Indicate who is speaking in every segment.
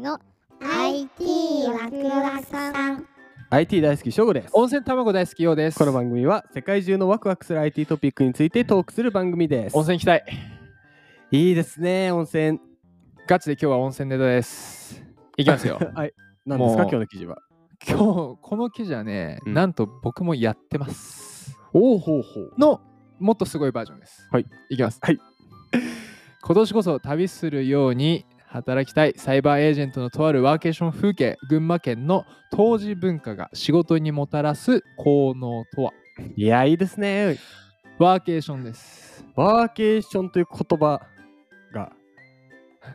Speaker 1: の
Speaker 2: IT ワクワクさん
Speaker 3: IT 大好き翔吾です
Speaker 4: 温泉卵大好きようです
Speaker 3: この番組は世界中のワクワクする IT トピックについてトークする番組です
Speaker 4: 温泉行きたい
Speaker 3: いいですね温泉
Speaker 4: ガチで今日は温泉ネタですいきま すよ
Speaker 3: はい何ですか
Speaker 4: もう
Speaker 3: 今日の記事は
Speaker 4: 今日この記事はね、
Speaker 3: うん
Speaker 4: なんと僕もやってます
Speaker 3: おおほうほう
Speaker 4: のもっとすごいバージョンです
Speaker 3: はい
Speaker 4: いきます
Speaker 3: はい
Speaker 4: 今年こそ旅するように働きたいサイバーエージェントのとあるワーケーション風景群馬県の当時文化が仕事にもたらす効能とはい
Speaker 3: やいいですね
Speaker 4: ワーケーションです
Speaker 3: ワーケーションという言葉が
Speaker 4: だか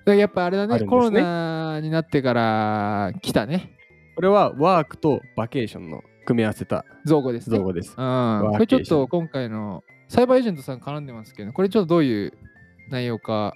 Speaker 4: らやっぱあれだね
Speaker 3: あるんですね
Speaker 4: コロナになってから来たね
Speaker 3: これはワークとバケーションの組み合わせた
Speaker 4: 造語ですね
Speaker 3: 造語です
Speaker 4: うん、こ
Speaker 3: ワーケ
Speaker 4: れち
Speaker 3: ー
Speaker 4: ょっ
Speaker 3: ション
Speaker 4: と今回のサイバーエージェントさん絡んでますけど、これちょっとどういう内容か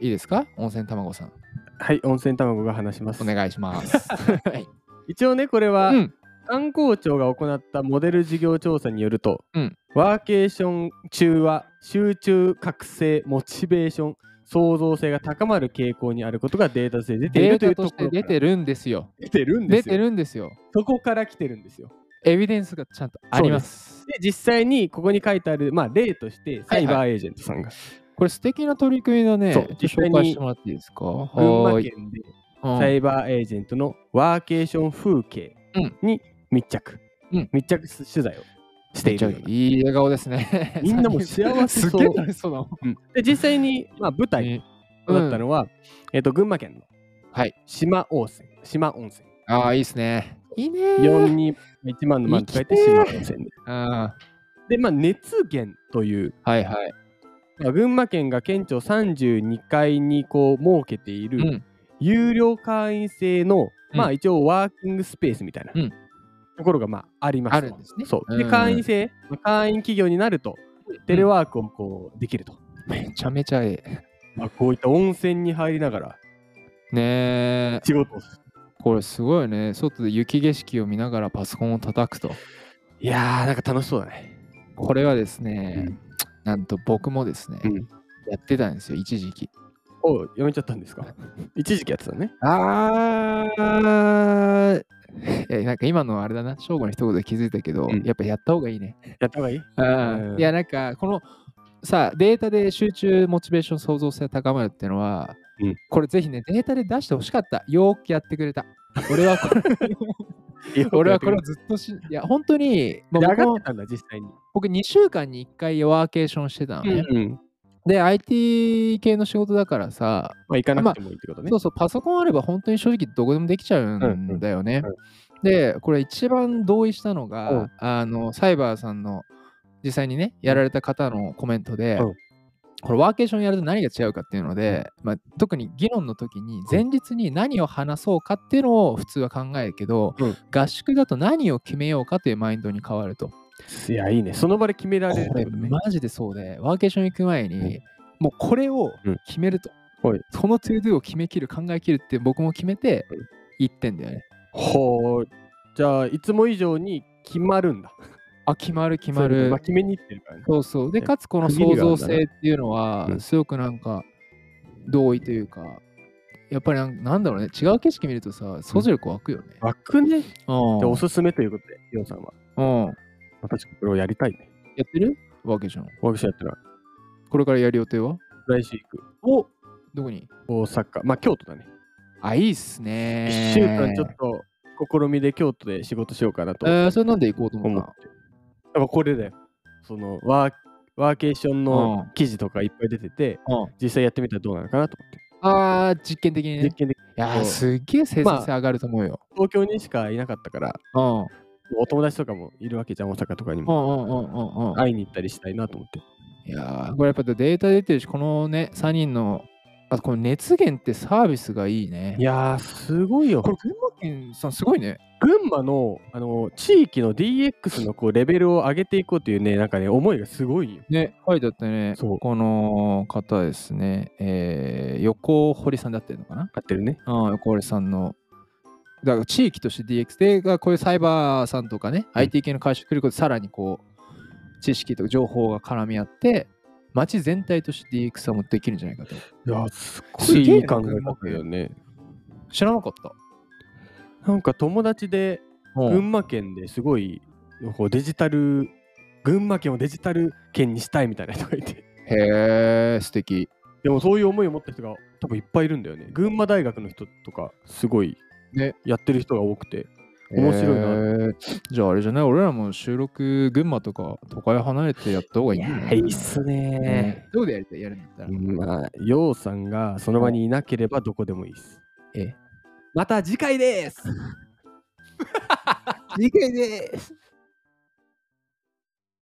Speaker 4: いいですか温泉卵さん、
Speaker 3: はい温泉卵が話します
Speaker 4: お願いし ます。はい
Speaker 3: 一応ねこれは、
Speaker 4: うん、
Speaker 3: 観光庁が行ったモデル事業調査によると、
Speaker 4: うん
Speaker 3: ワーケーション中は集中覚醒モチベーション創造性が高まる傾向にあることがデータとして出てい
Speaker 4: デ
Speaker 3: るとい
Speaker 4: ータ
Speaker 3: うと
Speaker 4: とし
Speaker 3: こ
Speaker 4: て
Speaker 3: ろか
Speaker 4: 出
Speaker 3: ら
Speaker 4: てるんですよ。
Speaker 3: 出てるんで
Speaker 4: 出
Speaker 3: す
Speaker 4: て
Speaker 3: よ
Speaker 4: るんですよ。
Speaker 3: そこから来てるんですよ
Speaker 4: エビデンスがちゃんとあります。
Speaker 3: で実際にここに書いてある、まあ、例としてサイバーエージェントさんが、
Speaker 4: これ素敵な取り組みだね。
Speaker 3: そう
Speaker 4: ちょっと
Speaker 3: 実際
Speaker 4: 紹
Speaker 3: に
Speaker 4: 介してもらっていいですかは
Speaker 3: 群馬
Speaker 4: ーい
Speaker 3: 県で
Speaker 4: うん
Speaker 3: サイバーエージェントのワーケーション風景に密着、
Speaker 4: うん
Speaker 3: 密着取材をしているような
Speaker 4: めっちゃいい笑顔です ね。
Speaker 3: みんなもう幸せ
Speaker 4: す
Speaker 3: そ
Speaker 4: げえ
Speaker 3: う
Speaker 4: 楽しそうだもん。
Speaker 3: で実際に、まあ、舞台
Speaker 4: ね
Speaker 3: となったのは、えっと群馬県の
Speaker 4: はい。
Speaker 3: 島温泉島温泉
Speaker 4: ああ、いいですね。いいね
Speaker 3: 4
Speaker 4: ー。
Speaker 3: に1万の満使えて
Speaker 4: 行きて
Speaker 3: 島
Speaker 4: ー
Speaker 3: 温泉で
Speaker 4: あ
Speaker 3: で、まあ、熱源という、
Speaker 4: ーはいはい。
Speaker 3: まあ、群馬県が県庁32階にこう設けている、
Speaker 4: うん
Speaker 3: 有料会員制の、
Speaker 4: うん
Speaker 3: まあ一応ワーキングスペースみたいな、
Speaker 4: うん
Speaker 3: ところがまああります
Speaker 4: あるんですね
Speaker 3: そうで
Speaker 4: うん
Speaker 3: 会員制、まあ会員企業になるとテレワークをこうできると、
Speaker 4: めちゃめちゃええ。
Speaker 3: まあ、こういった温泉に入りながら
Speaker 4: ねえ、
Speaker 3: 仕事をする
Speaker 4: これすごいね。外で雪景色を見ながらパソコンを叩くと。
Speaker 3: いやーなんか楽しそうだね
Speaker 4: これはですね、なんと僕もですね、
Speaker 3: うん
Speaker 4: やってたんですよ、一時期。
Speaker 3: おやめちゃったん ですか一時期やってたのね。
Speaker 4: あー、えなんか今のあれだな、正午の一言で気づいたけど、
Speaker 3: うん
Speaker 4: やっぱやった方がいいね。
Speaker 3: やった方がいい
Speaker 4: あ
Speaker 3: うん
Speaker 4: ーいや、なんかこのさ、データで集中、モチベーション、創造性が高まるっていうのは、
Speaker 3: うん
Speaker 4: これぜひね、データで出してほしかった。よーくやってくれた。俺はこ れ、俺はこれをずっとし、いや、本当に、もう
Speaker 3: 上
Speaker 4: 僕
Speaker 3: が
Speaker 4: も
Speaker 3: ってたんだ、実際に。
Speaker 4: 僕2週間に1回ワーケーションしてたのね。
Speaker 3: うん。
Speaker 4: で、IT 系の仕事だからさ、
Speaker 3: まあ、行かなくてもいいってことね
Speaker 4: そう。そう、パソコンあれば本当に正直どこでもできちゃうんだよね。
Speaker 3: うんうん
Speaker 4: で、これ一番同意したのが、
Speaker 3: うん
Speaker 4: あの、サイバーさんの実際にね、やられた方のコメントで、
Speaker 3: うん
Speaker 4: これワーケーションやると何が違うかっていうので、まあ、特に議論の時に前日に何を話そうかっていうのを普通は考えるけど、
Speaker 3: うん
Speaker 4: 合宿だと何を決めようかというマインドに変わると。
Speaker 3: いや、いいね。その場で決められる
Speaker 4: こ
Speaker 3: タ
Speaker 4: れ
Speaker 3: イプね。
Speaker 4: マジでそうで、ワーケーション行く前に、
Speaker 3: うん
Speaker 4: もうこれを決めると。
Speaker 3: うんはい
Speaker 4: そのトゥードゥを決めきる、考えきるって僕も決めて
Speaker 3: うん
Speaker 4: 行ってんだよね。
Speaker 3: ほう。じゃあ、いつも以上に決まるんだ。
Speaker 4: あ、決まる決
Speaker 3: そ
Speaker 4: ま
Speaker 3: ういうの
Speaker 4: る
Speaker 3: まあ、。決めに行ってるからね。
Speaker 4: そうそう。で、
Speaker 3: ね
Speaker 4: かつこの
Speaker 3: 区切り
Speaker 4: 創
Speaker 3: があるん
Speaker 4: 造
Speaker 3: だな
Speaker 4: 性っていうのは
Speaker 3: う、ん
Speaker 4: すごくなんか同意というか、やっぱりなんなんだろうね、違う景色見るとさ、想像力湧くよね。
Speaker 3: 湧くね。じ
Speaker 4: うん
Speaker 3: ゃあおすすめということで、ヨンさんは。
Speaker 4: うん。
Speaker 3: 私、これをやりたいね。
Speaker 4: やってるワーケーション。
Speaker 3: ワークションやったら、
Speaker 4: これからやる予定は
Speaker 3: 来週行く。
Speaker 4: おどこに
Speaker 3: 大阪。まあ、京都だね。
Speaker 4: あ、いいっす
Speaker 3: 1
Speaker 4: ね。
Speaker 3: 週間ちょっと、試みで京都で仕事しようかなと
Speaker 4: えー、それなんで行こうと思
Speaker 3: 思
Speaker 4: っ
Speaker 3: ったて。やっぱこれだよ。その、ワーワーケーションの
Speaker 4: う
Speaker 3: 記事とかいっぱい出てて、
Speaker 4: の、うん
Speaker 3: 実際やってみたらどうなるかなと思って。
Speaker 4: ああ、実験的にね。
Speaker 3: 実験で
Speaker 4: いや
Speaker 3: そ
Speaker 4: ー、
Speaker 3: う
Speaker 4: すっげえ生産性上がると思うよ。
Speaker 3: 東京にしかいなかったから、
Speaker 4: うん
Speaker 3: お友達とかもいるわけじゃん、大阪とかに
Speaker 4: う
Speaker 3: も。
Speaker 4: んうんうんうんうん。
Speaker 3: 会いに行ったりしたいなと思って。
Speaker 4: いやー、これやっぱデータ出てるし、このね、3人の、あとこの熱源ってサービスがいいね。
Speaker 3: いやー、すごいよ。
Speaker 4: これ群馬県さんすごいね。
Speaker 3: 群馬の、あの、地域の DX のこうレベルを上げていこうというね、なんかね、思いがすごいよ。
Speaker 4: ね、書いてあったね。
Speaker 3: そう
Speaker 4: この方ですね、えー、横堀さんだってるのかな
Speaker 3: 合ってるね。
Speaker 4: うん、横堀さんの。だから地域として DX でがこういうサイバーさんとかね、
Speaker 3: うん
Speaker 4: IT 系の会社が来ることでさらにこう知識とか情報が絡み合って街全体として DX はもうできるんじゃないかと。
Speaker 3: いやー、す
Speaker 4: すげえ
Speaker 3: い
Speaker 4: ない
Speaker 3: 考え方だよね。
Speaker 4: 知らなかった。
Speaker 3: なんか友達で群
Speaker 4: うん
Speaker 3: 馬県ですごいこうデジタル群馬県をデジタル県にしたいみたいな人がいて
Speaker 4: へえ、素敵。
Speaker 3: でもそういう思いを持った人が多分いっぱいいるんだよね群馬大学の人とかすごい
Speaker 4: ね
Speaker 3: やってる人が多くて、面白いな
Speaker 4: へー。じゃああれじゃない俺らも収録群馬とか都会離れてやった方がいいんじゃない
Speaker 3: いいっすね
Speaker 4: どこでやりたいやるんだったら。
Speaker 3: まあようさんがその場にいなければどこでもいいです
Speaker 4: え
Speaker 3: また次回です
Speaker 4: 次回です。